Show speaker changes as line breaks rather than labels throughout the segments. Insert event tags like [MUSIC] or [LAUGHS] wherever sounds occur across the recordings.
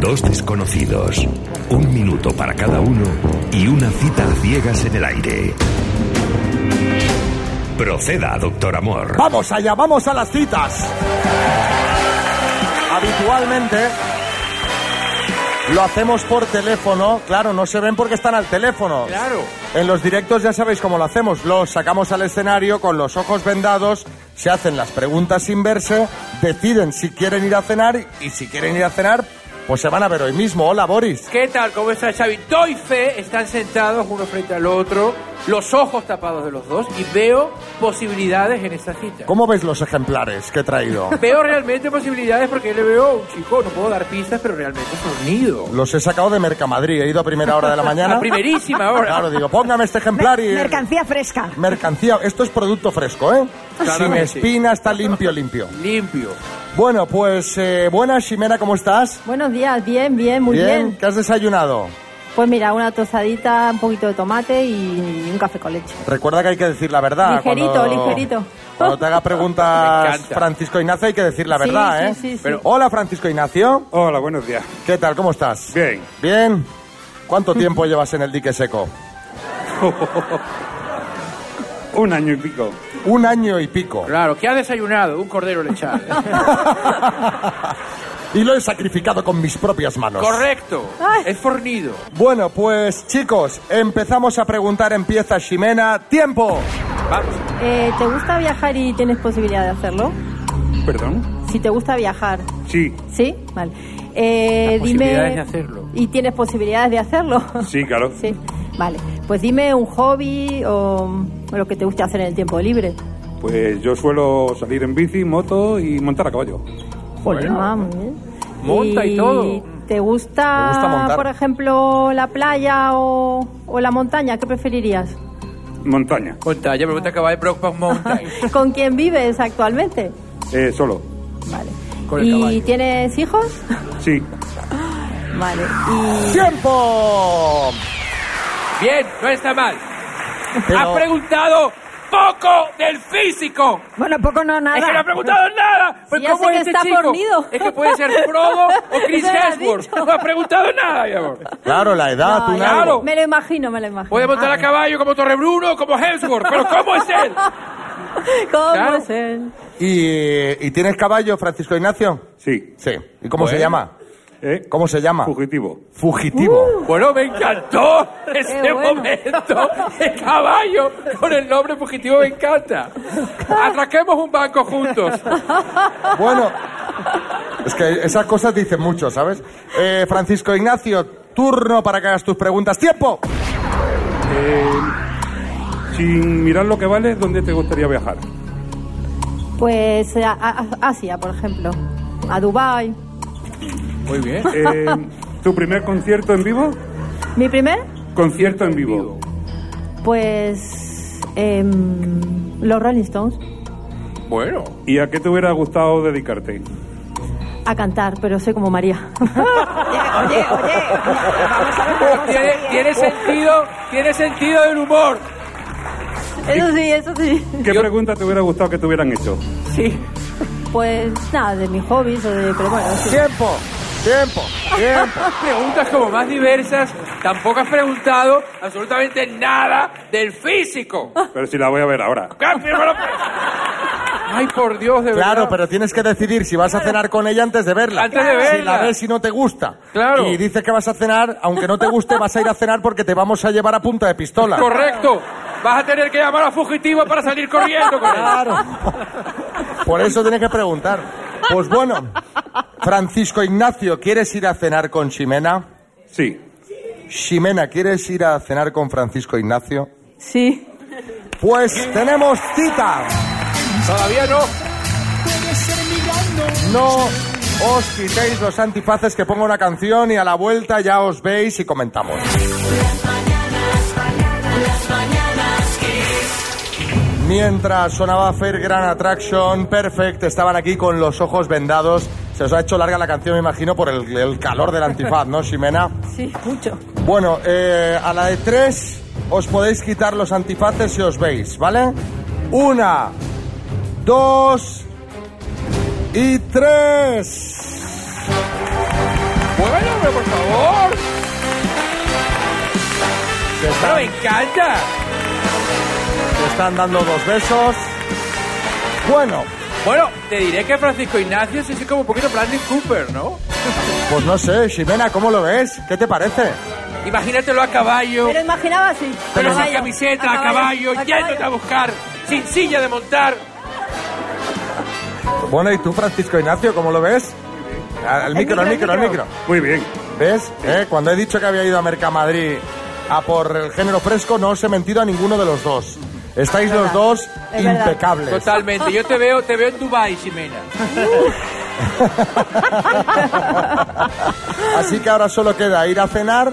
Dos desconocidos, un minuto para cada uno y una cita a ciegas en el aire. Proceda, doctor Amor.
Vamos allá, vamos a las citas. Habitualmente lo hacemos por teléfono, claro, no se ven porque están al teléfono.
Claro.
En los directos ya sabéis cómo lo hacemos, los sacamos al escenario con los ojos vendados, se hacen las preguntas sin verse, deciden si quieren ir a cenar y si quieren ir a cenar, pues se van a ver hoy mismo. Hola Boris.
¿Qué tal? ¿Cómo estás, Xavi? Doy fe, están sentados uno frente al otro, los ojos tapados de los dos, y veo posibilidades en esta cita.
¿Cómo ves los ejemplares que he traído?
Veo realmente posibilidades porque le veo a un chico, no puedo dar pistas, pero realmente es un nido.
Los he sacado de Mercamadrid, he ido a primera hora de la mañana.
A primerísima hora.
Claro, digo, póngame este ejemplar y...
Mercancía fresca.
Mercancía, esto es producto fresco, ¿eh? Sin
Claramente.
espina, está limpio, limpio.
Limpio.
Bueno, pues eh, buenas, Ximena, ¿cómo estás?
Buenos días, bien, bien, muy bien.
¿Qué has desayunado?
Pues mira, una tostadita, un poquito de tomate y un café con leche.
Recuerda que hay que decir la verdad.
Ligerito,
cuando-
ligerito.
Cuando te
[LAUGHS]
haga
Me
preguntas
encanta.
Francisco Ignacio hay que decir la
Sí,
verdad,
sí,
¿eh?
sí, sí.
Pero- Hola, Francisco Ignacio.
Hola, buenos días.
¿Qué tal? ¿Cómo estás?
Bien.
Bien. ¿Cuánto tiempo llevas en el dique seco?
Un año y pico.
Un año y pico.
Claro, ¿qué ha desayunado? Un cordero
[LAUGHS]
lechal.
y lo he sacrificado con mis propias manos.
Correcto.
Ay.
Es fornido.
Bueno, pues chicos, empezamos a preguntar. Empieza Ximena. ¡Tiempo!
Vamos.
Eh, ¿Te gusta viajar y tienes posibilidad de hacerlo?
¿Perdón?
Si te gusta viajar,
Sí,
¿sí? Vale. Eh,
Las
dime...
posibilidades de hacerlo.
¿Y tienes posibilidades de hacerlo?
sí, claro.
[LAUGHS] Sí. Vale. Pues dime un hobby o o lo que te guste hacer en el tiempo libre.
Pues yo suelo salir en bici, moto y montar a caballo.
Jolín, ah, muy bien.
Monta y todo.
¿Te gusta,
Me gusta montar.
por ejemplo, la playa o, o la montaña? ¿Qué preferirías?
Montaña.
Montaña, me gusta acabar de Brockback
[LAUGHS]
Mountain.
¿Con quién vives actualmente?
Eh, solo.
Vale.
Con el
¿Y
caballo. [LAUGHS]
tienes hijos?
Sí.
Vale. Y...
¡Tiempo!
Bien, no está mal.
Pero-
Ha preguntado poco del físico.
Bueno, poco no nada.
Es que no ha preguntado nada. Pues
Si ya
¿cómo
sé
es
que
este
está
chico?
fornido.
Es que puede ser Frodo
[LAUGHS]
o Chris
Eso me has
Hemsworth.
dicho.
No ha preguntado nada, mi amor.
Claro, la edad,
No,
un
ya-
claro.
año.
Me lo imagino, me lo imagino. Ah,
Puede montar a caballo como Torrebruno, como Hemsworth, pero ¿cómo es él?
¿Cómo
Claro.
es él?
¿Y, ¿Y tienes caballo, Francisco Ignacio?
Sí.
Sí. ¿Y cómo se
Bueno.
llama?
¿Eh?
¿Cómo se llama?
Fugitivo.
Fugitivo.
Bueno, me encantó ese
Qué bueno.
momento. El caballo con el nombre fugitivo me encanta. Atraquemos un banco juntos.
Bueno, es que esas cosas dicen mucho, ¿sabes? Eh, Francisco Ignacio, turno para que hagas tus preguntas. ¡Tiempo!
Eh, sin mirar lo que vale, ¿dónde te gustaría viajar?
Pues a- a- Asia, por ejemplo. A Dubai.
Muy bien.
Eh, ¿Tu primer concierto en vivo?
¿Mi primer?
Concierto en vivo.
Pues... em, los Rolling Stones.
Bueno.
¿Y a qué te hubiera gustado dedicarte?
a cantar, pero soy
[LAUGHS]
como María. oye, oye,
Tiene, tiene sentido, tiene sentido del humor.
Eso sí, eso sí.
¿Qué pregunta te hubiera gustado que te hubieran hecho?
Sí.
Pues nada, de mis hobbies o de... Pero bueno, sí.
¡Tiempo! ¡Tiempo! ¡Tiempo!
[LAUGHS] preguntas como más diversas, tampoco has preguntado absolutamente nada del físico.
Pero si la voy a ver ahora.
Ay, por Dios, de verdad.
Claro, pero tienes que decidir si vas a cenar con ella antes de verla.
Antes de
Si la
verla.
ves y no te gusta.
Claro.
Y dices que vas a cenar, aunque no te guste, vas a ir a cenar porque te vamos a llevar a punta de pistola. [LAUGHS]
Correcto. Vas a tener que llamar a fugitivo para salir corriendo con él.
[LAUGHS] Claro. Por eso tienes que preguntar. Pues bueno, Francisco Ignacio, ¿quieres ir a cenar con Ximena?
Sí.
Ximena, ¿quieres ir a cenar con Francisco Ignacio?
Sí.
Pues tenemos cita.
Todavía no.
No os quitéis los antifaces que pongo una canción y a la vuelta ya os veis y comentamos. Mientras sonaba Fair Grand Attraction, Perfect, estaban aquí con los ojos vendados. Se os ha hecho larga la canción, me imagino, por el, el calor del antifaz, ¿no, Ximena?
Sí, mucho.
Bueno, eh, a la de tres os podéis quitar los antifaces si os veis, ¿vale? Una, dos y tres.
Bueno.
Se
Pero me
están,
encanta.
se están dando dos besos. Bueno,
Bueno, te diré que Francisco Ignacio es así como un poquito Bradley Cooper, ¿no?
pues no sé, Ximena, ¿cómo lo ves? ¿Qué te parece?
Imagínatelo a caballo,
Pero imaginaba así.
con
a
esa
caballo,
camiseta, a caballo,
a
yéndote a
caballo.
buscar, sin silla de montar.
Bueno, ¿y tú, Francisco Ignacio, cómo lo ves? Al al micro, al micro, al micro.
Muy bien.
¿Ves? Eh, Cuando he dicho que había ido a Mercamadrid a por el género fresco, no os he mentido a ninguno de los dos. Estáis los
verdad,
dos
es verdad.
impecables.
Totalmente. Yo te veo, te veo en Dubai, Ximena.
Así que ahora solo queda ir a cenar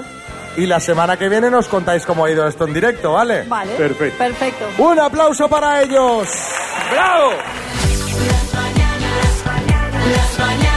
y la semana que viene nos contáis cómo ha ido esto en directo, ¿vale?
Vale.
Perfecto.
Perfecto.
Un aplauso para ellos.
¡Bravo!
Las mañanas, las mañanas.